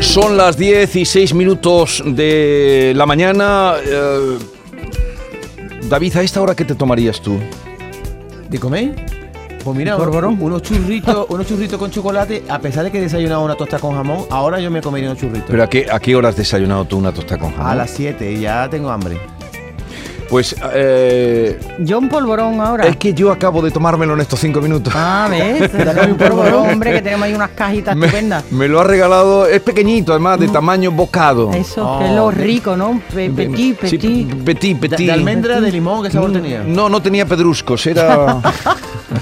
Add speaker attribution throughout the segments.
Speaker 1: Son las 10 y 6 minutos de la mañana. Eh, David, ¿a esta hora qué te tomarías tú?
Speaker 2: ¿De comer? Pues mira,
Speaker 3: Corborón.
Speaker 2: unos churritos, unos churritos con chocolate, a pesar de que he desayunado una tosta con jamón, ahora yo me comería unos churritos.
Speaker 1: ¿Pero a qué, a qué hora has desayunado tú una tosta con jamón?
Speaker 2: a las 7 y ya tengo hambre.
Speaker 1: Pues eh,
Speaker 3: Yo un polvorón ahora.
Speaker 1: es que yo acabo de tomármelo en estos 5 minutos.
Speaker 3: Ah, ¿ves? un polvorón, hombre, que tenemos ahí unas cajitas
Speaker 1: Me,
Speaker 3: estupendas.
Speaker 1: me lo ha regalado, es pequeñito además, de tamaño bocado.
Speaker 3: Mm. Eso,
Speaker 2: Oh,
Speaker 3: que es lo
Speaker 2: de-
Speaker 3: rico, ¿no? Pe- Petit,
Speaker 1: Sí,
Speaker 3: petit.
Speaker 1: petit,
Speaker 2: De,
Speaker 1: petit.
Speaker 2: de almendra, de limón, ¿qué
Speaker 1: Mm,
Speaker 2: sabor tenía?
Speaker 1: No, no tenía pedruscos, era.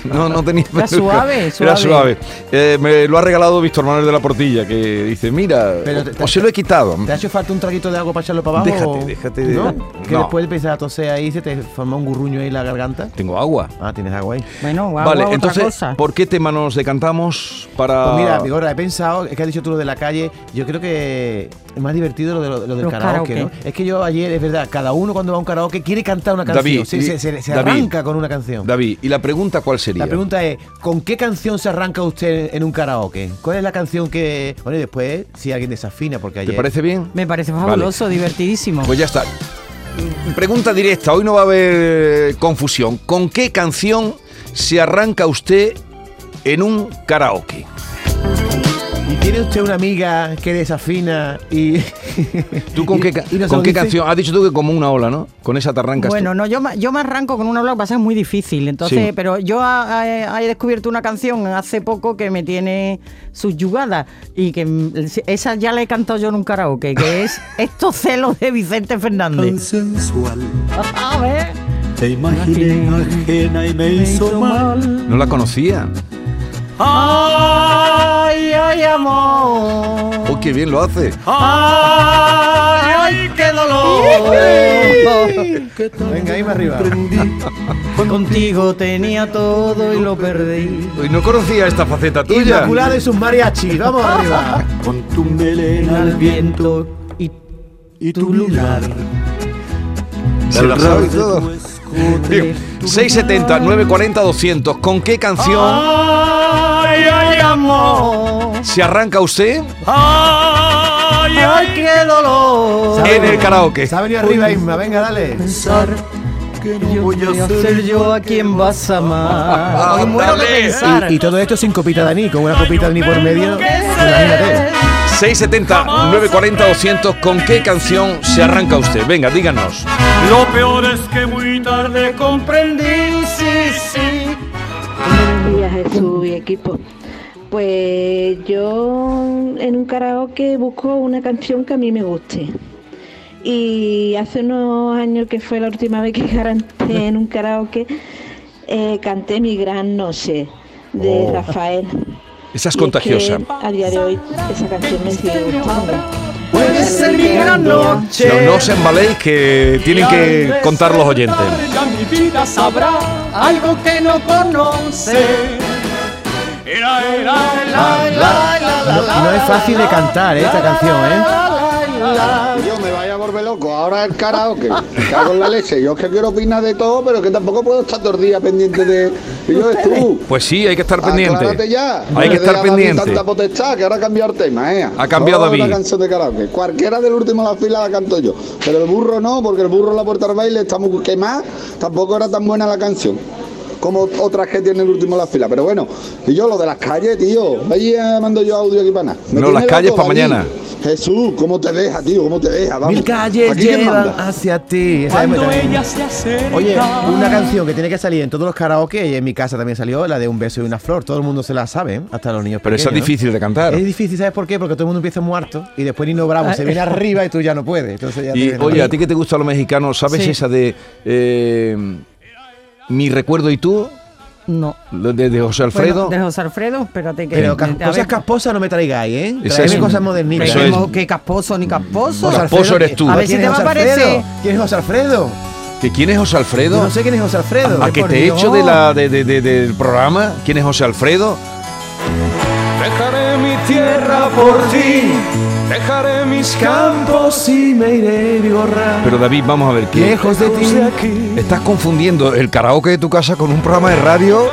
Speaker 1: No, no tenía
Speaker 3: Era
Speaker 1: pedruscos.
Speaker 3: suave, suave.
Speaker 1: Era suave. Eh, me lo ha regalado Víctor Manuel de la Portilla, que dice: Mira,
Speaker 2: Pero
Speaker 1: o-
Speaker 2: te-
Speaker 1: o se lo he quitado.
Speaker 2: ¿Te ha hecho falta un traguito de agua para echarlo para abajo?
Speaker 1: Déjate,
Speaker 2: o-
Speaker 1: déjate de-
Speaker 2: ¿No? Que
Speaker 1: no.
Speaker 2: después empiezas a toser ahí y se te forma un gurruño ahí en la garganta.
Speaker 1: Tengo agua.
Speaker 2: Ah, tienes agua ahí.
Speaker 3: Bueno, agua,
Speaker 1: vale,
Speaker 3: otra
Speaker 1: entonces,
Speaker 3: cosa.
Speaker 1: ¿por qué tema nos decantamos para.
Speaker 2: Pues mira, Vigorra, he pensado, es que has dicho tú lo de la calle, yo creo que es más divertido lo, de, lo, lo del
Speaker 3: Los
Speaker 2: karaoke, ¿no?
Speaker 3: karaoke.
Speaker 2: Es que yo ayer, es verdad, cada uno cuando va a un karaoke quiere cantar una canción,
Speaker 1: David,
Speaker 2: se, se- se- se
Speaker 1: David,
Speaker 2: arranca con una canción.
Speaker 1: David, ¿y la pregunta cuál sería?
Speaker 2: La pregunta es, ¿con qué canción se arranca usted en un karaoke? ¿Cuál es la canción que...? Bueno, y después, si alguien desafina, porque
Speaker 1: ¿Te
Speaker 2: ayer...
Speaker 1: parece bien?
Speaker 3: Me parece
Speaker 1: Vale.
Speaker 3: fabuloso, divertidísimo.
Speaker 1: Pues ya está. Pregunta directa, hoy no va a haber eh, confusión. ¿Con qué canción se arranca usted en un karaoke?
Speaker 2: ¿Y tiene usted una amiga que desafina y...?
Speaker 1: ¿Tú con
Speaker 2: y-
Speaker 1: qué, ca-
Speaker 2: y no se
Speaker 1: con
Speaker 2: lo
Speaker 1: qué
Speaker 2: dice?
Speaker 1: canción? Has dicho tú que como una ola, ¿no? Con esa te arrancas tú.
Speaker 3: Bueno, no, yo, ma- yo me arranco con una ola, lo que pasa es muy difícil. Entonces,
Speaker 1: Sí.
Speaker 3: pero yo ha- ha- he descubierto una canción hace poco que me tiene subyugada y que mm, esa ya la he cantado yo en un karaoke, que es Estos celos de Vicente
Speaker 4: tan
Speaker 3: Fernández.
Speaker 4: sensual.
Speaker 3: A ver.
Speaker 4: Te imaginé ajena y me hizo mal.
Speaker 1: No la conocía.
Speaker 3: Ay, ay, amor.
Speaker 1: Oh, qué bien lo hace.
Speaker 4: ¡Ay, ay, qué
Speaker 3: Oh.
Speaker 4: dolor! ¿Qué tal
Speaker 2: Venga, ahí más arriba.
Speaker 4: aprendí?
Speaker 3: Contigo tenía todo y lo perdí.
Speaker 1: Y no conocía esta faceta tuya.
Speaker 2: Inmaculada y sus mariachis, vamos arriba.
Speaker 4: Con tu melena al
Speaker 3: Al
Speaker 4: viento
Speaker 3: viento y
Speaker 4: y tu lunar.
Speaker 1: Se la
Speaker 4: el
Speaker 1: sabe
Speaker 4: rabo de
Speaker 1: todo.
Speaker 4: tu escote.
Speaker 1: Bien, 670, 940, 200. ¿Con qué canción
Speaker 4: ¡Ay, ay, amor!
Speaker 1: se arranca usted
Speaker 4: ¡Ay, ay, qué dolor!
Speaker 2: Se ha
Speaker 1: en el
Speaker 2: venido-
Speaker 1: karaoke?
Speaker 2: Se ha venido arriba, Isma, venga, dale.
Speaker 4: Pensar que no voy a ser yo a quien vas
Speaker 3: a amar.
Speaker 1: Ay, muero de Ándale. pensar.
Speaker 2: Y, y todo esto sin copita de Aní, con una copita de Aní por medio. Imagínate.
Speaker 1: 670, 940, 200. ¿Con qué canción se arranca usted? Venga, díganos.
Speaker 4: Lo peor es que muy tarde comprendí, sí, sí.
Speaker 5: Buenos días, Jesús y equipo. Pues yo en un karaoke busco una canción que a mí me guste. Y hace unos años que fue la última vez que canté en un karaoke, eh, canté Mi Gran Noche de
Speaker 1: Oh.
Speaker 5: Rafael.
Speaker 1: Esa es
Speaker 5: Y
Speaker 1: contagiosa.
Speaker 5: que a día de hoy esa canción me sigue gustando.
Speaker 4: Puede ser mi gran noche.
Speaker 1: No, no se embaléis que tienen que contar los oyentes.
Speaker 4: Ya mi vida sabrá algo que no conoce. Era, era, era, era, era.
Speaker 2: No, no es fácil de cantar eh, esta canción, ¿eh?
Speaker 6: Yo me vaya a volver loco, ahora el karaoke, me cago en la leche, yo es que quiero opinar de todo, pero que tampoco puedo estar todo el día pendiente de... Y yo de tú,
Speaker 1: Pues sí, hay que estar
Speaker 6: Ah, aclárate
Speaker 1: pendiente.
Speaker 6: ya.
Speaker 1: Hay que
Speaker 6: No le
Speaker 1: estar
Speaker 6: des a David
Speaker 1: pendiente.
Speaker 6: Tanta potestad, que ahora ha cambiado el tema, ¿eh?
Speaker 1: Ha cambiado
Speaker 6: Toda
Speaker 1: David.
Speaker 6: Una canción de karaoke, cualquiera del último de la fila la canto yo, pero el burro no, porque el burro en la puerta del baile está muy quemada, tampoco era tan buena la canción. Como otras que tiene el último de la fila. Pero bueno, y yo lo de las calles, tío. Ahí eh, mando yo audio aquí para nada. Me
Speaker 1: No, las
Speaker 6: tiene
Speaker 1: calles
Speaker 6: loco,
Speaker 1: pa'
Speaker 6: David.
Speaker 1: mañana.
Speaker 6: Jesús, ¿cómo te deja, tío? ¿Cómo te deja? Vamos.
Speaker 2: Mil calles
Speaker 6: ¿Aquí quién
Speaker 2: llevan
Speaker 6: manda?
Speaker 2: hacia ti. Esa me
Speaker 4: Cuando
Speaker 2: también.
Speaker 4: ella se acerca.
Speaker 2: Oye, una canción que tiene que salir en todos los karaoke y en mi casa también salió, la de Un beso y una flor. Todo el mundo se la sabe, ¿eh? hasta los niños
Speaker 1: Pero esa es
Speaker 2: pequeños, ¿no?
Speaker 1: difícil de cantar.
Speaker 2: Es difícil, ¿sabes por qué? Porque todo el mundo empieza muerto y después Nino Bravo se viene arriba y tú ya no puedes. Entonces ya te
Speaker 1: Ah. Y
Speaker 2: viene-
Speaker 1: oye, a ti que te gusta lo mexicano, ¿sabes
Speaker 3: Sí.
Speaker 1: esa de eh, Mi recuerdo y tú?
Speaker 3: No.
Speaker 1: Lo De, de José Alfredo.
Speaker 3: Bueno, de José Alfredo, espérate que.
Speaker 2: Pero
Speaker 3: que-
Speaker 2: cas-
Speaker 3: a
Speaker 2: cosas
Speaker 3: ver,
Speaker 2: casposas no me traigáis, ¿eh?
Speaker 1: Esa
Speaker 2: Traedme
Speaker 1: es-
Speaker 2: cosas modernitas.
Speaker 1: eso es-
Speaker 3: veremos que casposo ni casposo.
Speaker 1: José Casposo
Speaker 2: Alfredo,
Speaker 1: eres tú.
Speaker 3: A ver si
Speaker 2: ¿Quién
Speaker 3: te
Speaker 2: es
Speaker 3: va a
Speaker 2: José Alfredo?
Speaker 3: parecer.
Speaker 2: ¿Quién es José Alfredo?
Speaker 1: ¿Que ¿Quién es José Alfredo?
Speaker 2: Yo no sé quién es José Alfredo.
Speaker 1: ¿A que
Speaker 2: Por
Speaker 1: te he
Speaker 2: Dios.
Speaker 1: hecho de la, de- de- de- del programa? ¿Quién es José Alfredo?
Speaker 4: Dejaré mi tierra por ti, dejaré mis campos y me iré bigorra.
Speaker 1: Pero David, vamos a ver, ¿qué?
Speaker 2: Lejos de ti.
Speaker 4: aquí.
Speaker 1: Estás confundiendo el karaoke de tu casa con un programa de radio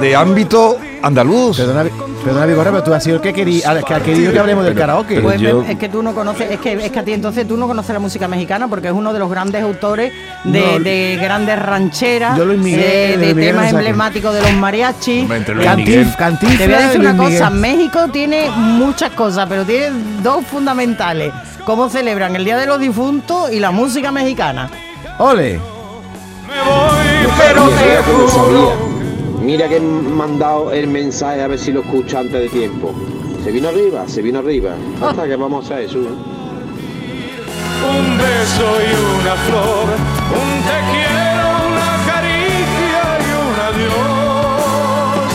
Speaker 1: de ámbito andaluz.
Speaker 2: Perdona, perdona Bigorra, pero tú has sido el que, querí- al- que ha querido que hablemos del
Speaker 1: Pero-
Speaker 2: karaoke.
Speaker 1: pero
Speaker 3: Pues
Speaker 1: yo-
Speaker 3: me- es que tú no conoces, es que, es que a ti entonces tú no conoces la música mexicana porque es uno de los grandes autores de,
Speaker 2: No,
Speaker 3: de grandes rancheras,
Speaker 2: yo Luis Miguel,
Speaker 3: eh, de,
Speaker 2: Luis Miguel no
Speaker 3: temas
Speaker 2: saque.
Speaker 3: emblemáticos de los mariachis.
Speaker 1: Hombre, entre Luis
Speaker 3: Cantinf-
Speaker 1: Miguel.
Speaker 2: Cantif, cantif. eh,
Speaker 3: Te voy a decir una cosa, México tiene muchas cosas, pero tiene dos fundamentales. Cómo celebran el Día de los Difuntos y la música mexicana.
Speaker 2: Ole.
Speaker 6: Pero lo sabía. Mira que he mandado el mensaje a ver si lo escucha antes de tiempo. Se vino arriba, se vino arriba.
Speaker 7: Ah.
Speaker 6: Hasta que vamos a eso. ¿eh?
Speaker 4: Un beso y una flor, un te quiero, una caricia y un adiós.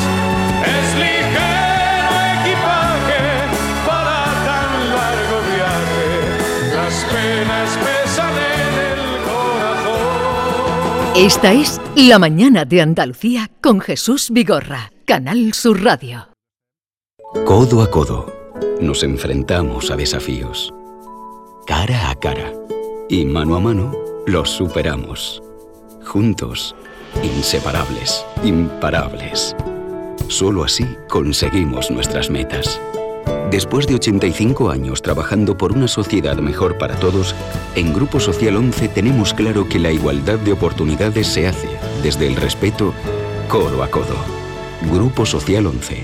Speaker 4: Es ligero equipaje para tan largo viaje. Las penas pesan en el corazón.
Speaker 8: Esta es La Mañana de Andalucía con Jesús Vigorra, Canal Sur Radio.
Speaker 9: Codo a codo, nos enfrentamos a desafíos. Cara a cara y mano a mano, los superamos. Juntos, inseparables, imparables. Solo así conseguimos nuestras metas. Después de 85 años trabajando por una sociedad mejor para todos, en Grupo Social 11 tenemos claro que la igualdad de oportunidades se hace desde el respeto, codo a codo. Grupo Social 11.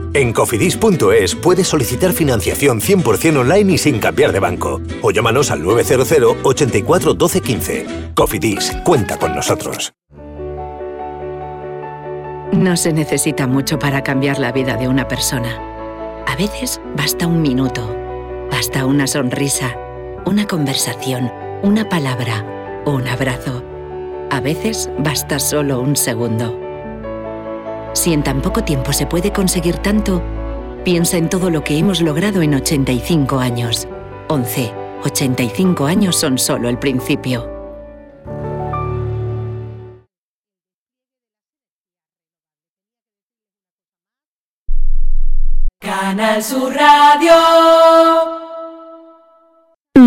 Speaker 10: En cofidis.es puedes solicitar financiación 100% online y sin cambiar de banco. O llámanos al 900 84 12 15. Cofidis, cuenta con nosotros.
Speaker 11: No se necesita mucho para cambiar la vida de una persona. A veces basta un minuto, basta una sonrisa, una conversación, una palabra, un abrazo. A veces basta solo un segundo. Si en tan poco tiempo se puede conseguir tanto, piensa en todo lo que hemos logrado en 85 años. 11. 85 años son solo el principio.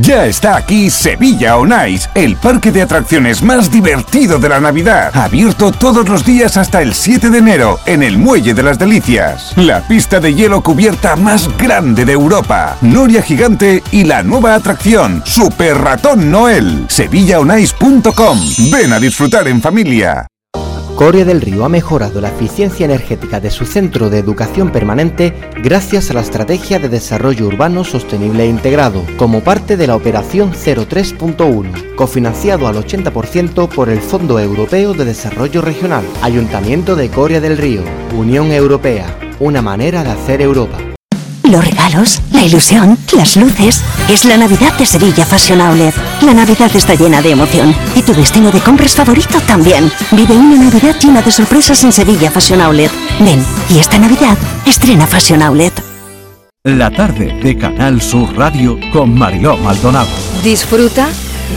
Speaker 12: Ya está aquí Sevilla On Ice, el parque de atracciones más divertido de la Navidad. Abierto todos los días hasta el 7 de enero en el Muelle de las Delicias. La pista de hielo cubierta más grande de Europa. Noria Gigante y la nueva atracción, Super Ratón Noel. SevillaOnIce.com. Ven a disfrutar en familia.
Speaker 13: Coria del Río ha mejorado la eficiencia energética de su centro de educación permanente gracias a la Estrategia de Desarrollo Urbano Sostenible e Integrado, como parte de la Operación 03.1, cofinanciado al 80% por el Fondo Europeo de Desarrollo Regional, Ayuntamiento de Coria del Río, Unión Europea, una manera de hacer Europa.
Speaker 14: Los regalos, la ilusión, las luces. Es la Navidad de Sevilla Fashion Outlet. La Navidad está llena de emoción. Y tu destino de compras favorito también. Vive una Navidad llena de sorpresas en Sevilla Fashion Outlet. Ven, y esta Navidad estrena Fashion Outlet.
Speaker 15: La tarde de Canal Sur Radio con Mariló Maldonado.
Speaker 8: Disfruta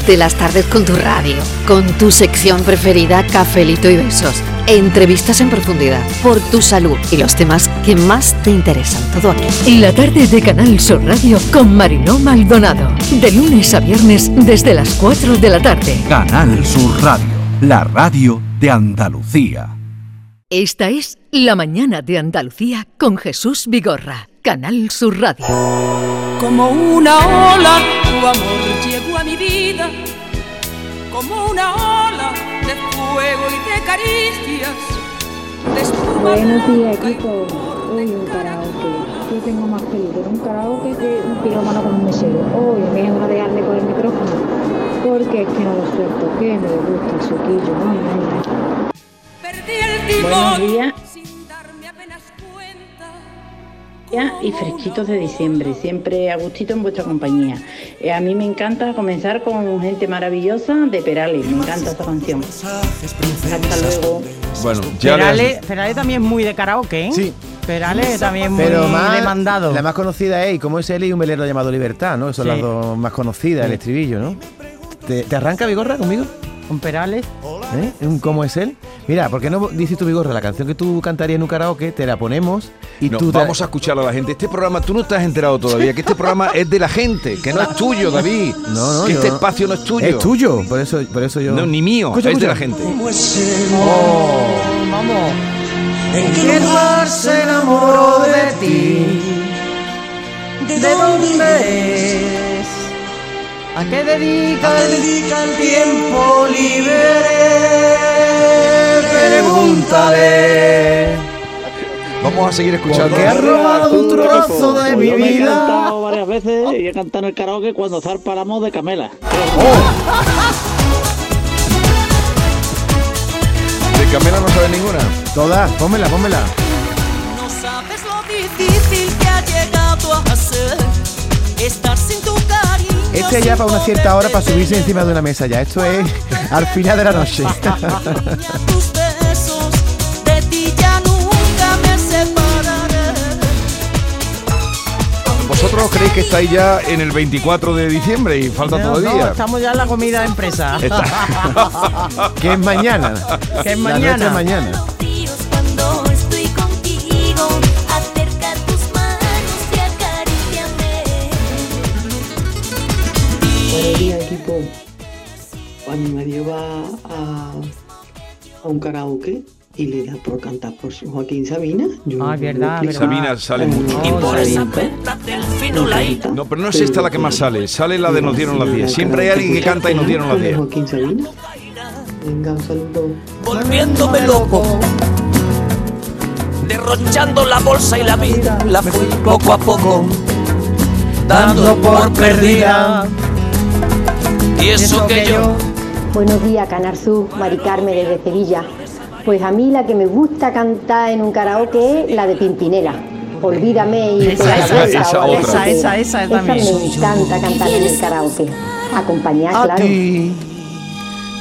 Speaker 8: de las tardes con tu radio, con tu sección preferida Cafelito y Besos. Entrevistas en profundidad por tu salud y los temas que más te interesan. Todo aquí. La tarde de Canal Sur Radio con Mariló Maldonado. De lunes a viernes desde las 4 de la tarde.
Speaker 15: Canal Sur Radio, la radio de Andalucía.
Speaker 8: Esta es La Mañana de Andalucía con Jesús Vigorra. Canal Sur Radio.
Speaker 16: Como una ola, tu amor llegó a mi vida. Como una ola de fuego y de caricias. De espuma
Speaker 5: Buenos días, equipo. Uy, un karaoke. Yo tengo más peligro en un karaoke que un pirómano con un mesero. Uy, me van a dejar de coger el micrófono. Porque es que no lo suelto. Que me gusta el suquillo. Ay, ay, ay.
Speaker 7: Buenos días. Ya, y fresquitos de diciembre, siempre a gustito en vuestra compañía. Eh, a mí me encanta comenzar con gente maravillosa de Perales, me encanta esta canción. Hasta luego.
Speaker 1: Bueno, ya
Speaker 3: Perales,
Speaker 1: le-
Speaker 3: Perales también es muy de karaoke, ¿eh?
Speaker 2: Sí.
Speaker 3: Perales también es
Speaker 2: Pero
Speaker 3: muy
Speaker 2: más-
Speaker 3: demandado.
Speaker 2: La más conocida es, y como es él, y un velero llamado Libertad, ¿no? Que Son
Speaker 3: Sí.
Speaker 2: las dos más conocidas, el estribillo, ¿no? ¿Te, te arranca Vigorra conmigo?
Speaker 3: ¿Con Perales?
Speaker 2: ¿Eh? ¿Un ¿Cómo es él? Mira, ¿por qué no dices tú, Vigorra, la canción que tú cantarías en un karaoke, te la ponemos y
Speaker 1: No,
Speaker 2: tú te-
Speaker 1: vamos a escuchar a la gente. Este programa, tú no te has enterado todavía, que este programa es de la gente, que no es tuyo, David.
Speaker 2: No, no,
Speaker 1: que
Speaker 2: yo
Speaker 1: este
Speaker 2: no.
Speaker 1: espacio no es tuyo.
Speaker 2: Es tuyo, por eso, por eso yo...
Speaker 1: No, ni mío,
Speaker 2: Escucha,
Speaker 1: es de
Speaker 2: escucha.
Speaker 1: la gente.
Speaker 3: Vamos.
Speaker 4: ¿En qué lugar se enamoró de ti? ¿De dónde es?
Speaker 3: ¿A qué dedica,
Speaker 4: dedica el tiempo libre? Pregúntale.
Speaker 1: Vamos a seguir escuchando.
Speaker 4: Porque has robado un trozo de mi
Speaker 17: Yo me he
Speaker 4: vida.
Speaker 17: cantado varias veces y he cantado en el karaoke cuando zarpa la moda de Camela.
Speaker 1: De Camela no sabe ninguna.
Speaker 2: Todas, pónmela, pónmela.
Speaker 16: No sabes lo difícil que ha llegado a ser estar sin tu cariño.
Speaker 2: Este ya para una cierta hora para subirse encima de una mesa ya. Esto es al final de la noche.
Speaker 16: tus besos, de ti ya nunca me separaré.
Speaker 1: ¿Vosotros creéis que estáis ya en el 24 de diciembre y
Speaker 2: Ah,
Speaker 1: falta
Speaker 3: No,
Speaker 1: todavía?
Speaker 3: no, estamos ya en la comida de empresa.
Speaker 1: Está-
Speaker 2: que es mañana.
Speaker 3: Que es
Speaker 2: La nuestra
Speaker 3: mañana.
Speaker 2: es mañana.
Speaker 16: Cuando estoy contigo, acerca tus manos y acaríciame.
Speaker 7: Buenos días, equipo. Cuando me lleva a, a un karaoke y le da por cantar por su Joaquín Sabina. Yo
Speaker 3: Ah,
Speaker 7: no
Speaker 3: verdad, Oh,
Speaker 7: me explico.
Speaker 1: Sabina sale mucho.
Speaker 7: Y por esa
Speaker 1: No, pero no es esta la que más sale. Sale la de Nos dieron las 10. Siempre hay alguien que canta y nos dieron las 10.
Speaker 7: Joaquín Sabina. Venga, un saludo.
Speaker 4: Volviéndome loco. Derrochando la bolsa y la vida, la fui poco a poco dando por perdida. Y eso que yo
Speaker 18: Buenos días, Canarzú, Mari Carmen desde Sevilla. Pues a mí la que me gusta cantar en un karaoke es la de Pimpinela. Olvídame y
Speaker 3: Esa,
Speaker 18: te la
Speaker 3: esa,
Speaker 18: besa
Speaker 3: esa,
Speaker 18: o la
Speaker 3: otra.
Speaker 18: soltera.
Speaker 3: Esa, esa, esa también.
Speaker 18: me encanta cantar en el karaoke. Acompañar, claro.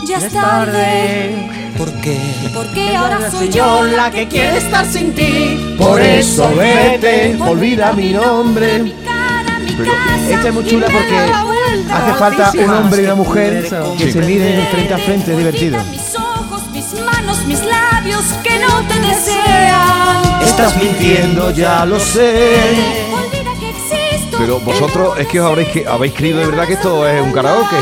Speaker 16: Ya es tarde,
Speaker 4: ¿Por qué?
Speaker 16: porque ahora soy yo la que quiere estar sin ti.
Speaker 2: Por eso vete, olvida mi nombre.
Speaker 16: Pero
Speaker 2: esta es muy chula porque hace falta un hombre y una mujer que se miren frente a frente, es divertido.
Speaker 16: Mis ojos, mis manos, mis labios que no te desean.
Speaker 2: Estás mintiendo, ya lo sé.
Speaker 16: Olvida que existo.
Speaker 1: Pero vosotros es que os habréis, que, habéis creído de verdad que esto es un karaoke.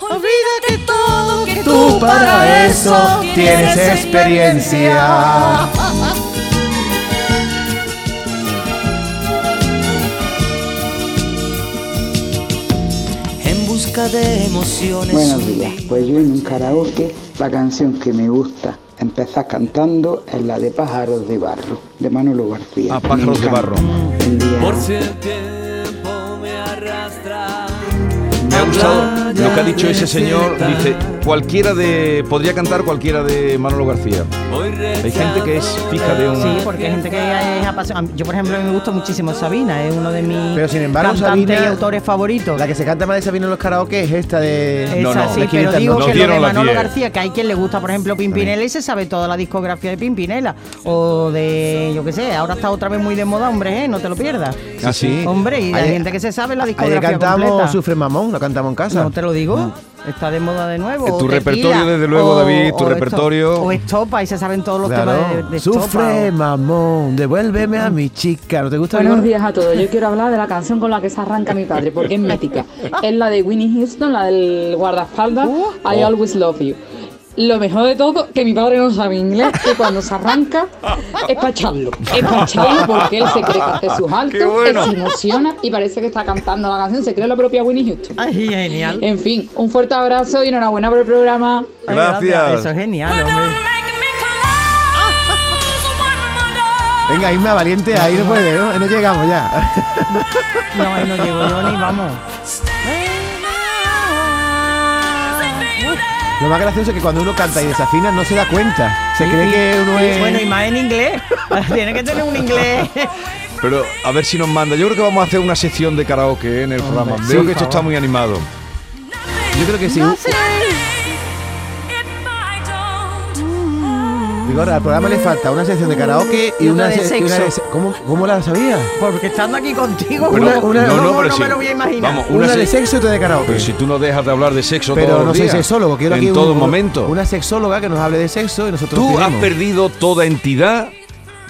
Speaker 16: Olvídate todo que
Speaker 2: Tú para eso tienes experiencia.
Speaker 4: En busca
Speaker 19: fresca de emociones.
Speaker 20: Buenos días, pues yo en un karaoke la canción que me gusta empezar cantando es la de Pájaros de Barro, de Manolo García.
Speaker 1: Ah, Pájaros de Barro.
Speaker 4: Por si el tiempo me arrastra.
Speaker 1: Me ha gustado lo que ha dicho ese señor. Dice, cualquiera de. Podría cantar cualquiera de Manolo García. Hay gente que es fija de un.
Speaker 3: Sí, porque hay gente que es apasionada. Yo, por ejemplo, a mí me gusta muchísimo Sabina, es uno de mis
Speaker 2: Pero sin embargo,
Speaker 3: cantantes y
Speaker 2: Sabina,
Speaker 3: autores favoritos.
Speaker 2: la que se canta más de Sabina en los karaoke es esta de.
Speaker 3: Esa sí,
Speaker 2: de
Speaker 3: pero
Speaker 2: 500
Speaker 3: digo
Speaker 2: noches.
Speaker 3: que lo de Manolo García, que hay quien le gusta, por ejemplo, Pimpinela y se sabe toda la discografía de Pimpinela. O de, yo qué sé, ahora está otra vez muy de moda, hombre, ¿eh? no te lo pierdas.
Speaker 2: Ah, sí.
Speaker 3: Hombre, y la
Speaker 2: Ayer-
Speaker 3: gente que se sabe la
Speaker 2: Ayer
Speaker 3: discografía
Speaker 2: cantamos
Speaker 3: completa.
Speaker 2: Sufre Mamón, lo cantamos en casa.
Speaker 3: No te lo digo. Está de moda de nuevo.
Speaker 2: Ah. Eh,
Speaker 3: o
Speaker 2: tu
Speaker 3: Tequila,
Speaker 2: repertorio, desde luego, David, tu
Speaker 3: esto-
Speaker 2: repertorio.
Speaker 3: o estopa, y se saben todos los temas de,
Speaker 2: Claro.
Speaker 3: de estopa.
Speaker 2: Sufre Mamón, devuélveme a mi chica. ¿No te gusta
Speaker 21: Buenos
Speaker 2: Vigor?
Speaker 21: días a todos. Yo quiero hablar de la canción con la que se arranca mi padre, porque es mítica. Es la de Winnie Houston, la del guardaespaldas, I Always Love You. Lo mejor de todo, que mi padre no sabe inglés, que cuando se arranca es para echarlo. Es para echarlo porque él se cree que Jesús
Speaker 22: Qué
Speaker 21: alto,
Speaker 22: bueno.
Speaker 21: que se emociona y parece que está cantando la canción, se cree la propia Winnie Houston.
Speaker 3: Ay, genial.
Speaker 21: En fin, un fuerte abrazo y enhorabuena por el programa.
Speaker 3: Ay, Eso es genial, hombre.
Speaker 2: Venga, Isma, valiente, ahí no puede, ¿no? No llegamos ya.
Speaker 3: No, ahí no llego yo ni vamos.
Speaker 2: Lo más gracioso es que cuando uno canta y desafina no se da cuenta. Se cree que uno es.
Speaker 3: Bueno, y más en inglés. Tiene que tener un inglés.
Speaker 1: Pero a ver si nos manda. Yo creo que vamos a hacer una sección de karaoke ¿eh? en el programa.
Speaker 2: sí,
Speaker 1: Veo
Speaker 2: por
Speaker 1: que esto está
Speaker 2: favor.
Speaker 1: muy animado.
Speaker 2: Yo creo que sí. Vigor, Mm. al programa le falta una sección de karaoke y
Speaker 3: Y
Speaker 2: una,
Speaker 3: otra de
Speaker 2: se- y una
Speaker 3: sexo.
Speaker 2: se- ¿Cómo, ¿Cómo la sabías?
Speaker 3: Porque estando aquí contigo,
Speaker 1: Pero-
Speaker 3: ¿cómo-
Speaker 1: una-
Speaker 3: cómo
Speaker 1: no, no,
Speaker 3: no,
Speaker 1: pero sí.
Speaker 3: me lo voy a imaginar.
Speaker 1: Vamos,
Speaker 2: Una
Speaker 1: Una
Speaker 2: de
Speaker 1: se-
Speaker 2: sexo y otra de karaoke.
Speaker 1: Pero si tú no dejas de hablar de sexo
Speaker 2: Pero
Speaker 1: todos
Speaker 2: no
Speaker 1: los
Speaker 2: soy
Speaker 1: días.
Speaker 2: sexólogo, quiero
Speaker 1: en
Speaker 2: aquí un-
Speaker 1: todo momento.
Speaker 2: Una sexóloga que nos hable de sexo y nosotros.
Speaker 1: Tú has
Speaker 2: opinemos.
Speaker 1: perdido toda entidad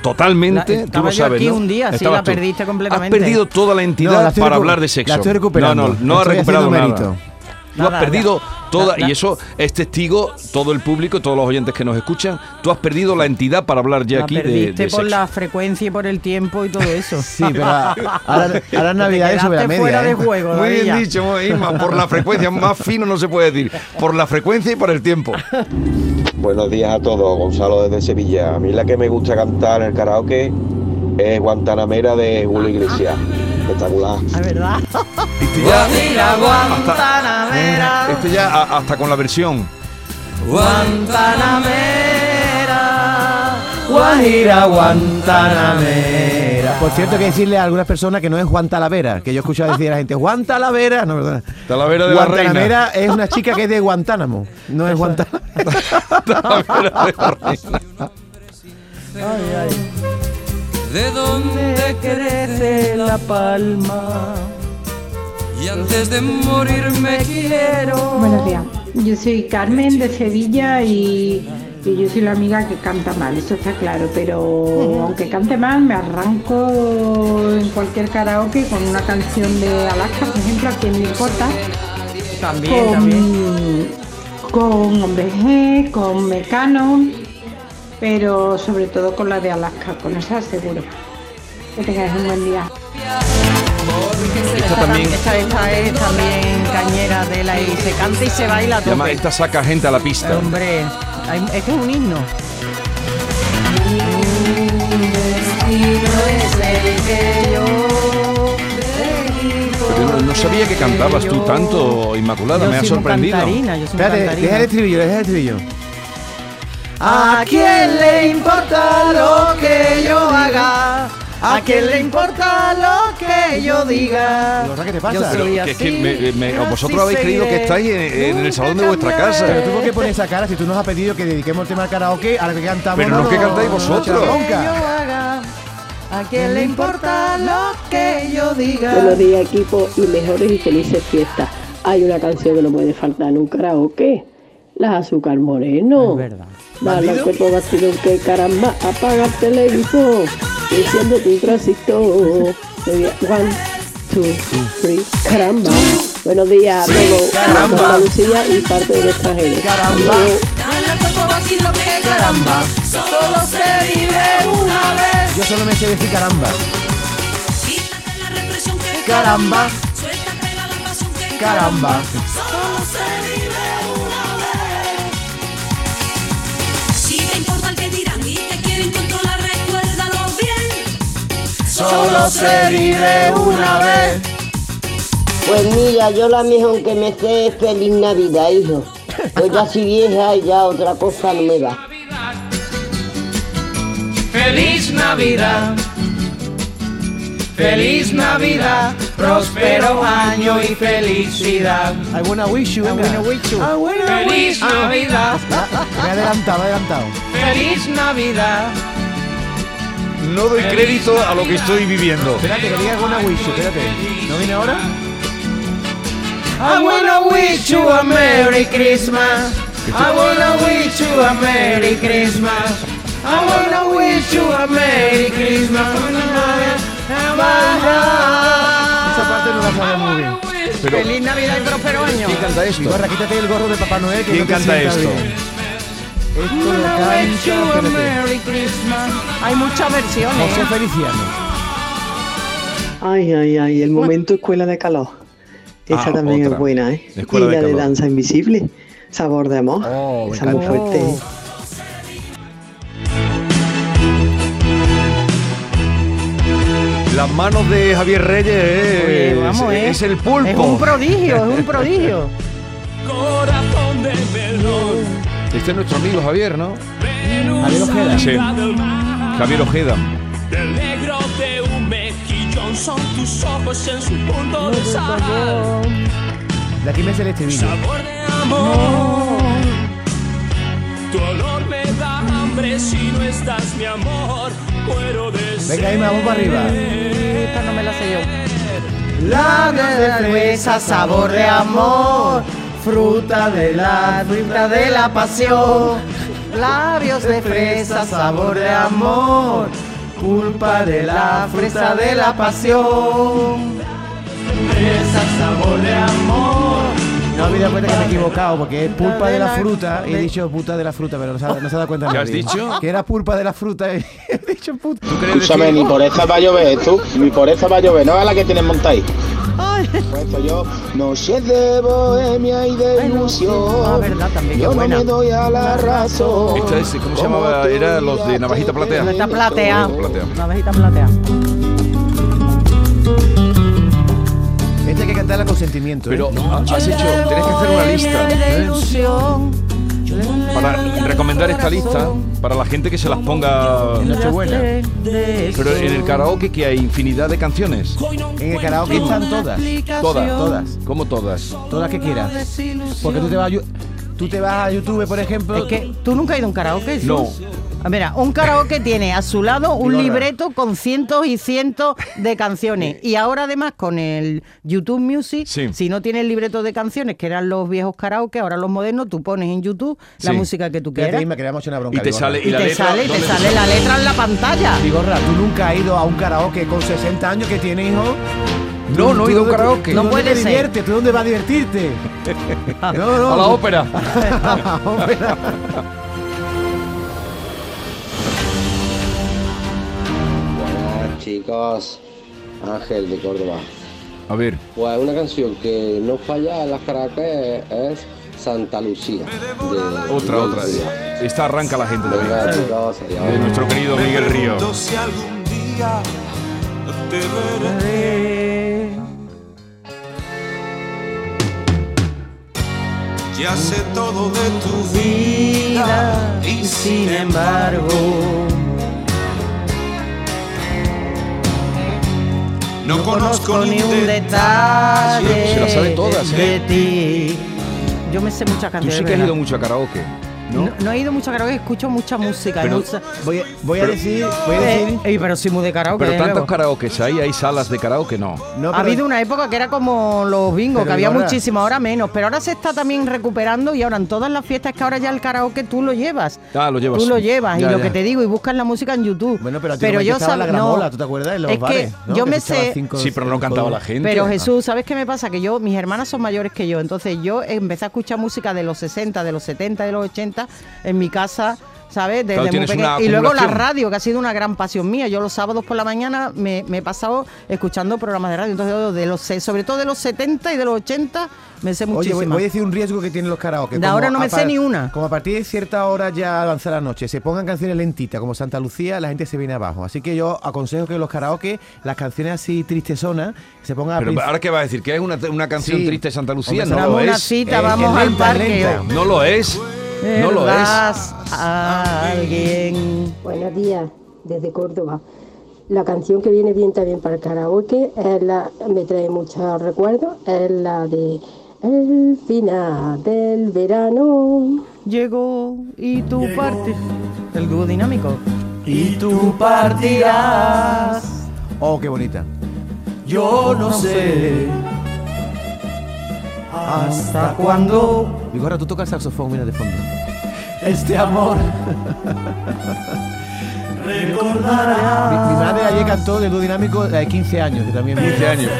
Speaker 1: totalmente.
Speaker 2: La-
Speaker 1: tú
Speaker 2: estaba
Speaker 1: lo
Speaker 2: yo
Speaker 1: sabes,
Speaker 2: aquí
Speaker 1: ¿no?
Speaker 2: un día, sí,
Speaker 1: Estabas
Speaker 2: la perdiste completamente.
Speaker 1: Has perdido toda la entidad
Speaker 2: No, la estoy
Speaker 1: para
Speaker 2: recu-
Speaker 1: hablar de sexo.
Speaker 2: la estoy recuperando.
Speaker 1: No, no, no has
Speaker 2: Estoy
Speaker 1: recuperado
Speaker 2: haciendo
Speaker 1: nada.
Speaker 2: mérito.
Speaker 1: Tú
Speaker 2: Nada,
Speaker 1: has perdido toda,
Speaker 2: na-
Speaker 1: y eso es testigo todo el público, todos los oyentes que nos escuchan. Tú has perdido la entidad para hablar ya
Speaker 3: La
Speaker 1: aquí de- de,
Speaker 3: perdiste por
Speaker 1: sexo.
Speaker 3: la frecuencia y por el tiempo y todo eso. sí,
Speaker 2: pero a- ahora- ahora en Navidad es sobre la media,
Speaker 3: fuera de
Speaker 2: ¿eh?
Speaker 3: juego,
Speaker 1: Muy bien
Speaker 3: David.
Speaker 1: dicho, Isma, por la frecuencia, más fino no se puede decir. Por la frecuencia y por el tiempo.
Speaker 23: Buenos días a todos, Gonzalo desde Sevilla. A mí la que me gusta cantar en el karaoke es Guantanamera de Julio Iglesias. Espectacular.
Speaker 3: ¿Verdad?
Speaker 1: Guadira,
Speaker 3: Guantanamera.
Speaker 1: Esto Este ya a- hasta con la versión.
Speaker 3: Guantanamera.
Speaker 2: Guajira Guantanamera. Por cierto, hay que decirle a algunas personas que no es Juan Talavera, que yo he escuchado decir a la gente, Juan Talavera, no, perdona.
Speaker 1: Talavera de la
Speaker 2: Guantanamera
Speaker 1: Reina.
Speaker 2: es una chica que es de Guantánamo, no es Guantanamera.
Speaker 1: Talavera de la Reina.
Speaker 4: ¿De dónde crece la palma? Y antes de morir me quiero.
Speaker 24: Buenos días. Yo soy Carmen de Sevilla y, y yo soy la amiga que canta mal, eso está claro, pero aunque cante mal me arranco en cualquier karaoke con una canción de Alaska, por ejemplo, a quien le importa.
Speaker 3: También,
Speaker 24: con,
Speaker 3: también.
Speaker 24: con Hombre G, con Mecano, pero sobre todo con la de Alaska, con esa seguro. Que tengáis un buen día.
Speaker 3: Esta,
Speaker 1: también-
Speaker 3: Esta, esta es también cañera de la y se canta y se baila
Speaker 1: Y
Speaker 3: todo.
Speaker 1: además, esta saca gente a la pista.
Speaker 3: Hombre, hay- es que es un himno.
Speaker 1: Pero no, no sabía que cantabas tú tanto, Inmaculada.
Speaker 2: Yo
Speaker 1: me ha
Speaker 2: soy muy
Speaker 1: sorprendido.
Speaker 2: cantarina, yo soy muy Espérate, cantarina. deja el estribillo, deja el estribillo.
Speaker 3: ¿A quién le importa lo que yo haga? ¿A quién le importa lo que yo diga?
Speaker 2: ¿Qué te
Speaker 1: Pero
Speaker 2: pasa?
Speaker 1: que es que me- me- vosotros
Speaker 2: así
Speaker 1: habéis creído que
Speaker 2: seguiré.
Speaker 1: estáis en, en el salón de vuestra casa.
Speaker 2: Pero tú por qué pones esa cara si tú nos has pedido que dediquemos el tema al karaoke a la que cantamos.
Speaker 1: Pero no que cantáis vosotros.
Speaker 2: no bronca.
Speaker 3: ¿A quién le importa lo que yo diga?
Speaker 25: Buenos días equipo y mejores y felices fiestas. Hay una canción que no puede faltar en un karaoke. Las azúcar moreno. Dale que pongas sino que caramba, apaga el televisor. Enciende tu transistor. Muy bien. One, two, three, caramba. Buenos días a todos.
Speaker 24: caramba.
Speaker 25: Caramba. Lucía y parte del extranjero.
Speaker 24: Caramba.
Speaker 3: Caramba.
Speaker 24: Solo se vive una vez.
Speaker 2: Yo solo me sé decir caramba.
Speaker 24: Caramba. Caramba.
Speaker 16: se vive una vez. Si te importa el que dirán y te quieren controlar, recuérdalo bien.
Speaker 4: Solo se vive una vez.
Speaker 25: Pues mira, yo la mejor que me sé es feliz Navidad, hijo. Yo ya soy vieja y ya otra cosa no me da.
Speaker 4: Feliz Navidad. Feliz Navidad, próspero año y felicidad.
Speaker 2: I wanna wish you, I wanna wish you. I wanna wish
Speaker 4: Feliz
Speaker 2: you.
Speaker 4: Navidad.
Speaker 2: Ah, Me he adelantado, me he adelantado.
Speaker 4: Feliz Navidad.
Speaker 1: No doy crédito a lo que estoy viviendo.
Speaker 2: Espérate, que diga alguna wish, you, espérate. ¿No viene ahora?
Speaker 4: I wanna wish you a Merry Christmas. I wanna wish you a Merry Christmas. I wanna wish you a Merry Christmas from the Maya and my
Speaker 2: Esa parte no la sabemos muy bien.
Speaker 1: Pero-
Speaker 3: Feliz Navidad y próspero año.
Speaker 1: ¿Quién canta esto?
Speaker 2: Gorra, quítate el gorro de Papá Noel. Que
Speaker 1: ¿Quién
Speaker 2: no te
Speaker 1: canta
Speaker 2: sienta
Speaker 1: esto?
Speaker 2: bien.
Speaker 3: I
Speaker 2: Esto lo
Speaker 3: wanna
Speaker 2: canta,
Speaker 3: wish you a
Speaker 2: espérate,
Speaker 3: Merry Christmas. Hay muchas versiones.
Speaker 2: José
Speaker 3: ¿eh?
Speaker 2: Feliciano.
Speaker 6: Ay, ay, ay, el momento escuela de calor. Esta
Speaker 1: Ah,
Speaker 6: también
Speaker 1: otra.
Speaker 6: es buena, ¿eh?
Speaker 1: Escuela
Speaker 6: y
Speaker 1: de
Speaker 6: la de
Speaker 1: calor.
Speaker 6: danza invisible, sabor de amor. Esa es muy
Speaker 1: encanta.
Speaker 6: fuerte.
Speaker 1: Las manos de Javier Reyes es,
Speaker 3: Oye, vamos,
Speaker 1: es-
Speaker 3: ¿eh?
Speaker 1: es el pulpo.
Speaker 3: Es un prodigio, es un prodigio.
Speaker 4: Corazón de melón.
Speaker 1: Este es nuestro amigo Javier, ¿no?
Speaker 4: Javier Ojeda.
Speaker 1: Sí. Javier Ojeda.
Speaker 4: Del negro de un mejillón son tus ojos en su punto de sal.
Speaker 2: De aquí me sale este vídeo.
Speaker 4: Sabor de amor. Tu olor me da hambre si no estás mi amor. Muero de
Speaker 2: Venga, Emma, vamos para arriba.
Speaker 3: Esta no me la sé yo.
Speaker 4: Lana de fresa, sabor de amor,
Speaker 3: fruta de la fruta
Speaker 4: de la pasión.
Speaker 3: Labios de fresa, sabor de amor, culpa de la fresa de la pasión.
Speaker 4: Fresa, sabor de amor.
Speaker 2: No me he dado cuenta que me he equivocado porque es pulpa de la fruta y he
Speaker 3: de-
Speaker 2: dicho puta de la fruta, pero no se ha, no se ha dado cuenta.
Speaker 1: ¿Qué
Speaker 2: nadie.
Speaker 1: has dicho?
Speaker 2: Que era pulpa de la fruta y he dicho puta.
Speaker 9: Escúchame, ni por esa va a llover, tú. Ni por esa va a llover, no es la que tienes montada ahí. Puesto yo, noches de bohemia y de ilusión.
Speaker 3: Ah, verdad, también, qué
Speaker 9: yo
Speaker 3: buena.
Speaker 9: no me doy a la razón.
Speaker 1: Esta es, ¿cómo se llamaba? Era los de Navajita Platea.
Speaker 3: Navajita Platea.
Speaker 1: Platea.
Speaker 3: La abejita platea.
Speaker 2: Esta Este hay que cantarla con sentimiento. ¿eh? Pero
Speaker 1: ah, has hecho, tenés que hacer una lista
Speaker 3: De
Speaker 1: ¿eh?
Speaker 3: ilusión.
Speaker 1: para recomendar esta lista para la gente que se las ponga.
Speaker 2: Nochebuena.
Speaker 1: Pero en el karaoke que hay infinidad de canciones.
Speaker 2: En el karaoke están todas.
Speaker 1: Todas,
Speaker 2: Todas.
Speaker 1: ¿Cómo todas?
Speaker 2: Todas que quieras. Porque tú te vas a, Yu- tú te vas a YouTube, por ejemplo.
Speaker 3: Es que tú nunca has ido a un karaoke. Jesús?
Speaker 2: No.
Speaker 3: Ah, Mira, un karaoke tiene a su lado un
Speaker 2: Digo,
Speaker 3: libreto con cientos y cientos de canciones. Y ahora además con el YouTube Music, si no tienes libreto de canciones, que eran los viejos karaoke, ahora los modernos, tú pones en YouTube la
Speaker 2: Sí.
Speaker 3: música que tú
Speaker 2: Fíjate,
Speaker 3: quieras.
Speaker 2: Isma, que le hemos hecho una bronca,
Speaker 1: Y te
Speaker 2: Vigorra.
Speaker 1: sale- y la
Speaker 3: te
Speaker 1: letra,
Speaker 3: sale, te
Speaker 1: ¿dónde
Speaker 3: sale la letra en la pantalla.
Speaker 2: Vigorra, tú nunca has ido a un karaoke con 60 años que tiene hijo.
Speaker 1: No, no he ido a un
Speaker 2: ¿Tú- tú-
Speaker 1: karaoke.
Speaker 2: ¿tú
Speaker 1: No
Speaker 2: dónde
Speaker 1: puede
Speaker 2: te
Speaker 1: ser.
Speaker 2: diviertes? ¿Tú dónde vas a divertirte? No, no.
Speaker 1: A la ópera.
Speaker 2: A la ópera.
Speaker 9: Buenas, chicos. Ángel de Córdoba.
Speaker 1: A ver.
Speaker 9: Pues una canción que no falla en las Caracas es Santa Lucía. de-
Speaker 1: Otra,
Speaker 9: de-
Speaker 1: otra. Esta arranca la gente
Speaker 9: Venga,
Speaker 1: también.
Speaker 9: chicos, adiós.
Speaker 1: De nuestro querido Miguel Río.
Speaker 4: Si algún día te veré. Ya sé todo de tu vida y sin embargo no conozco ni un detalle
Speaker 1: Se las sabe todas,
Speaker 3: de
Speaker 1: ¿eh?
Speaker 3: ti. Yo me sé muchas
Speaker 1: Tú
Speaker 3: canciones.
Speaker 1: sí que has
Speaker 3: ¿verdad?
Speaker 1: ido mucho a karaoke.
Speaker 3: ¿no? no he ido mucho a karaoke, escucho mucha música.
Speaker 1: Pero-
Speaker 3: mucha-
Speaker 2: Voy a, voy a
Speaker 1: Pero-
Speaker 2: decir, voy a
Speaker 3: Eh,
Speaker 2: decir.
Speaker 3: eh, pero sí muy de karaoke.
Speaker 1: Pero
Speaker 3: desde
Speaker 1: tantos
Speaker 3: luego.
Speaker 1: karaokes hay, hay salas de karaoke, no.
Speaker 3: ha habido una época que era como los bingos,
Speaker 1: Pero
Speaker 3: que había
Speaker 1: ahora-
Speaker 3: muchísimo, ahora menos. Pero ahora se está también recuperando y ahora en todas las fiestas que ahora ya el karaoke tú lo llevas.
Speaker 1: Ah, lo llevas.
Speaker 3: Tú lo llevas
Speaker 1: Ya,
Speaker 3: y lo
Speaker 1: ya.
Speaker 3: que te digo y buscas la música en YouTube.
Speaker 2: Bueno, pero antiguamente estaba la
Speaker 3: sab-
Speaker 2: gramola, ¿tú te acuerdas? En los
Speaker 3: es
Speaker 2: bares,
Speaker 3: que
Speaker 2: ¿no?
Speaker 3: yo
Speaker 2: Que
Speaker 3: me
Speaker 2: escuchaba
Speaker 3: sé.
Speaker 2: cinco-
Speaker 1: Sí, pero no cantaba la gente.
Speaker 3: Pero Jesús, ¿sabes qué me pasa? Que yo, mis hermanas son mayores que yo, entonces yo empecé a escuchar música de los 60, de los 70, de los 80 en mi casa. ¿sabes? Desde
Speaker 1: Claro,
Speaker 3: muy
Speaker 1: tienes
Speaker 3: pequeña.
Speaker 1: una
Speaker 3: Y luego la
Speaker 1: acumulación.
Speaker 3: radio, que ha sido una gran pasión mía. Yo los sábados por la mañana me, me he pasado escuchando programas de radio. Entonces, yo de los, se- sobre todo de los 70 y de los 80, me sé
Speaker 2: Oye,
Speaker 3: muchísimo.
Speaker 2: voy, voy a decir un riesgo que tienen los karaoke.
Speaker 3: De
Speaker 2: Como
Speaker 3: ahora no me
Speaker 2: a
Speaker 3: sé
Speaker 2: par-
Speaker 3: ni una.
Speaker 2: Como a partir de cierta hora ya avanza la noche, se pongan canciones lentitas, como Santa Lucía, la gente se viene abajo. Así que yo aconsejo que los karaoke, las canciones así tristezonas, se pongan
Speaker 1: Ah. Pero
Speaker 2: a
Speaker 1: ahora qué vas a decir, que es una, una canción
Speaker 2: Sí.
Speaker 1: triste de Santa Lucía,
Speaker 2: Hombre,
Speaker 1: no lo
Speaker 2: será una
Speaker 1: es.
Speaker 2: cita, Eh, vamos es al lenta, parque. lenta.
Speaker 1: No lo es. No lo es.
Speaker 3: Vas a alguien.
Speaker 18: Buenos días, desde Córdoba. La canción que viene bien también para el karaoke es la, me trae muchos recuerdos, es la de El final del verano.
Speaker 3: Llegó y tu parte. El dúo dinámico.
Speaker 2: Y tú
Speaker 3: partirás.
Speaker 2: Oh, qué bonita.
Speaker 4: Yo no sé hasta cuándo
Speaker 2: Digo, ahora tú tocas saxofón, mira de fondo.
Speaker 4: este amor
Speaker 2: Mi,
Speaker 4: recordará.
Speaker 2: mi madre ayer cantó de dúo dinámico de 15 años, que también.
Speaker 4: 15 años.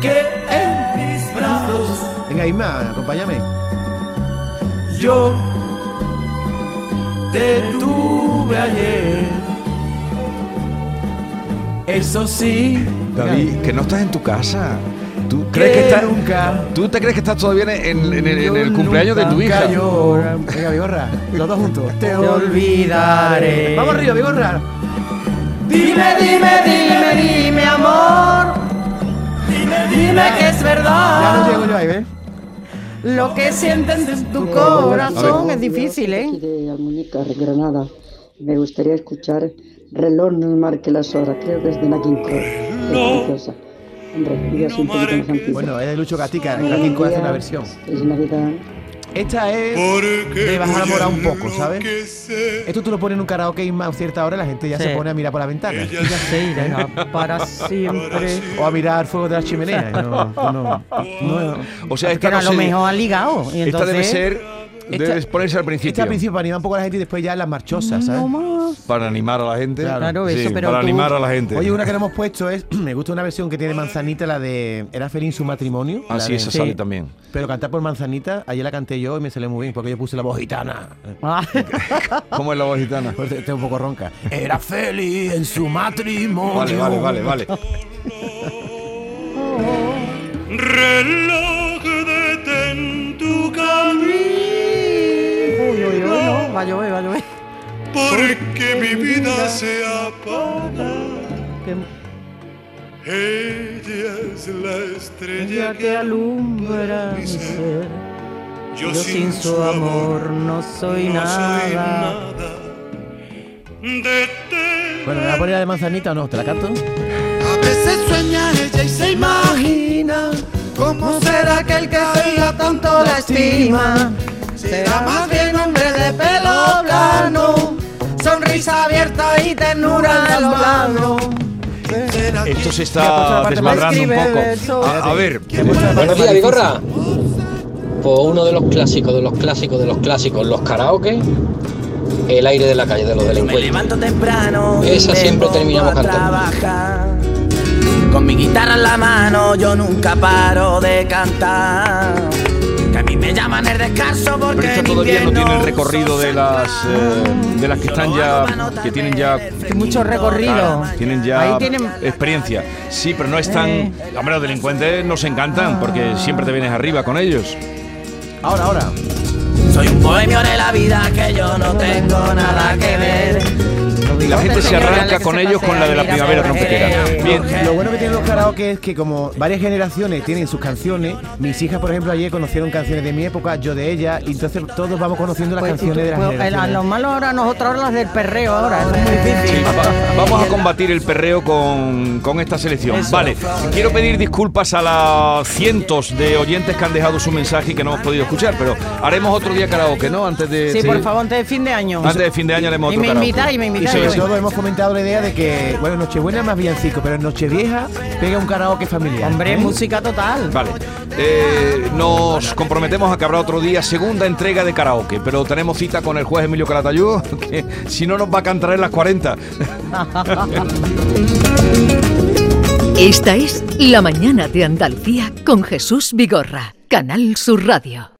Speaker 2: Que en mis brazos. Venga, Isma, acompáñame.
Speaker 4: Yo te tuve ayer. Eso sí,
Speaker 1: David, que no estás en tu casa. ¿Tú, crees que estás, ¿Tú te crees que estás todavía en, en- en- en el cumpleaños de tu hija?
Speaker 2: Venga, Vigorra, los dos juntos. Te
Speaker 4: olvidaré.
Speaker 2: Vamos arriba, Vigorra.
Speaker 4: dime, dime, dime, dime, amor. Dime, dime que es
Speaker 2: Ya no
Speaker 4: verdad.
Speaker 2: llego yo ahí, ¿ves?
Speaker 3: Lo que sientes en tu
Speaker 4: corazón
Speaker 3: es difícil, ¿eh?
Speaker 10: De Almuñécar, Granada. Me gustaría escuchar Reloj no marque las horas, creo que es de Nakin Cole. Es preciosa. Hombre, yo soy un poquito más antigua.
Speaker 2: Bueno, es de Lucho Gatica, Gatica hace una versión.
Speaker 10: Es Navidad.
Speaker 2: Esta es de bajar morada un poco, ¿sabes? Esto tú lo pones en un karaoke y a cierta hora la gente ya
Speaker 3: Sí.
Speaker 2: se pone a mirar por la ventana.
Speaker 3: Ella se irá para siempre.
Speaker 2: O a mirar al fuego de las chimeneas. No, no, no.
Speaker 1: O sea,
Speaker 3: Porque
Speaker 1: esta
Speaker 3: a
Speaker 1: no
Speaker 3: lo
Speaker 1: se-
Speaker 3: mejor ha ligado. Y
Speaker 1: Esta
Speaker 3: entonces,
Speaker 1: debe ser.
Speaker 2: Esta-
Speaker 1: Debes ponerse al
Speaker 2: Este
Speaker 1: principio.
Speaker 2: al principio para animar un poco a la gente y después ya las marchosas, ¿sabes?
Speaker 1: Para animar a la gente.
Speaker 2: Claro,
Speaker 1: Sí,
Speaker 2: eso, pero
Speaker 1: Para
Speaker 2: tú-
Speaker 1: animar a la gente.
Speaker 2: Oye, una que no hemos puesto es, me gusta una versión que tiene Manzanita, la de ¿Era feliz su matrimonio?
Speaker 1: Ah,
Speaker 2: La
Speaker 1: sí,
Speaker 2: de-
Speaker 1: esa sale también.
Speaker 2: Pero cantar por Manzanita, ayer la canté yo y me salió muy bien porque yo puse la voz gitana.
Speaker 3: ah,
Speaker 1: ¿Cómo es la voz gitana?
Speaker 2: Tengo un poco ronca.
Speaker 4: Era feliz en su matrimonio.
Speaker 2: Vale, vale, vale, vale.
Speaker 4: Reloj detén tu camino.
Speaker 3: Uy, uy, uy, no, va a llover, va a llover.
Speaker 4: Porque mi vida se apaga.
Speaker 3: Que-
Speaker 4: Ella es la estrella
Speaker 3: Ella
Speaker 4: que
Speaker 3: que
Speaker 4: alumbra
Speaker 3: alumbra
Speaker 4: mi
Speaker 3: mi
Speaker 4: ser.
Speaker 3: Yo sin su amor no soy
Speaker 4: no soy
Speaker 3: nada.
Speaker 4: nada.
Speaker 2: Bueno, ¿me la poner la de Manzanita o no? ¿Te la canto?
Speaker 4: A veces sueña ella y se imagina cómo será aquel que oiga tanto la estima. Será más bien hombre de pelo plano, sonrisa abierta y ternura en los labios.
Speaker 1: Esto se
Speaker 4: ha puesto la
Speaker 1: está
Speaker 4: parte
Speaker 1: desmadrando un
Speaker 4: más- Escribe
Speaker 1: poco.
Speaker 4: verso.
Speaker 1: A, a ver.
Speaker 12: Buenos días, Bigorra. Pues uno de los clásicos, de los clásicos, de los clásicos, los karaoke, el aire de la calle de los delincuentes.
Speaker 4: temprano.
Speaker 12: Esa siempre terminamos cantando.
Speaker 4: trabajar. Con mi guitarra en la mano yo nunca paro de cantar. Que a mí me llaman el descanso porque
Speaker 1: Pero esta
Speaker 4: en
Speaker 1: todavía no tiene el
Speaker 4: invierno
Speaker 1: recorrido de las eh, de las que están ya que tienen ya
Speaker 3: mucho recorrido.
Speaker 1: Claro, tienen ya
Speaker 3: Ahí tienen-
Speaker 1: experiencia. Sí, pero no están. Hombre, los delincuentes nos encantan porque siempre te vienes arriba con ellos.
Speaker 2: Ahora, ahora.
Speaker 4: Soy un bohemio de la vida que yo no tengo nada que ver.
Speaker 1: Y la gente se arranca con ellos con la de la
Speaker 4: mira,
Speaker 1: primavera
Speaker 4: pobre.
Speaker 1: trompetera. Bien.
Speaker 2: Lo bueno que tienen los karaoke es que como varias generaciones tienen sus canciones, mis hijas, por ejemplo, ayer conocieron canciones de mi época, yo de ella, y entonces todos vamos conociendo las
Speaker 3: Pues, y tú-
Speaker 2: canciones de las
Speaker 3: pues, el- a
Speaker 2: generaciones.
Speaker 3: lo malo ahora nosotros ahora las del perreo ahora.
Speaker 1: Ah,
Speaker 3: ¿eh? es muy difícil.
Speaker 1: Va- Vamos a combatir el perreo con, con esta selección. Vale, quiero pedir disculpas a las cientos de oyentes que han dejado su mensaje y que no hemos podido escuchar, pero haremos otro día karaoke, ¿no? Antes de.
Speaker 3: Sí, por favor, antes de fin de año.
Speaker 1: Antes de fin de año haremos
Speaker 3: Y
Speaker 1: otro
Speaker 3: me
Speaker 1: karaoke.
Speaker 3: invitáis, me
Speaker 2: Y
Speaker 3: invitáis.
Speaker 2: sobre todo hemos comentado la idea de que, bueno, Nochebuena es más villancico, pero en Nochevieja pega un karaoke familiar.
Speaker 3: Hombre,
Speaker 2: ¿eh?
Speaker 3: música total.
Speaker 1: Vale. Eh, nos comprometemos a que habrá otro día segunda entrega de karaoke, pero tenemos cita con el juez Emilio Calatayud, que si no nos va a cantar en las 40.
Speaker 8: Esta es La Mañana de Andalucía con Jesús Vigorra, Canal Sur Radio.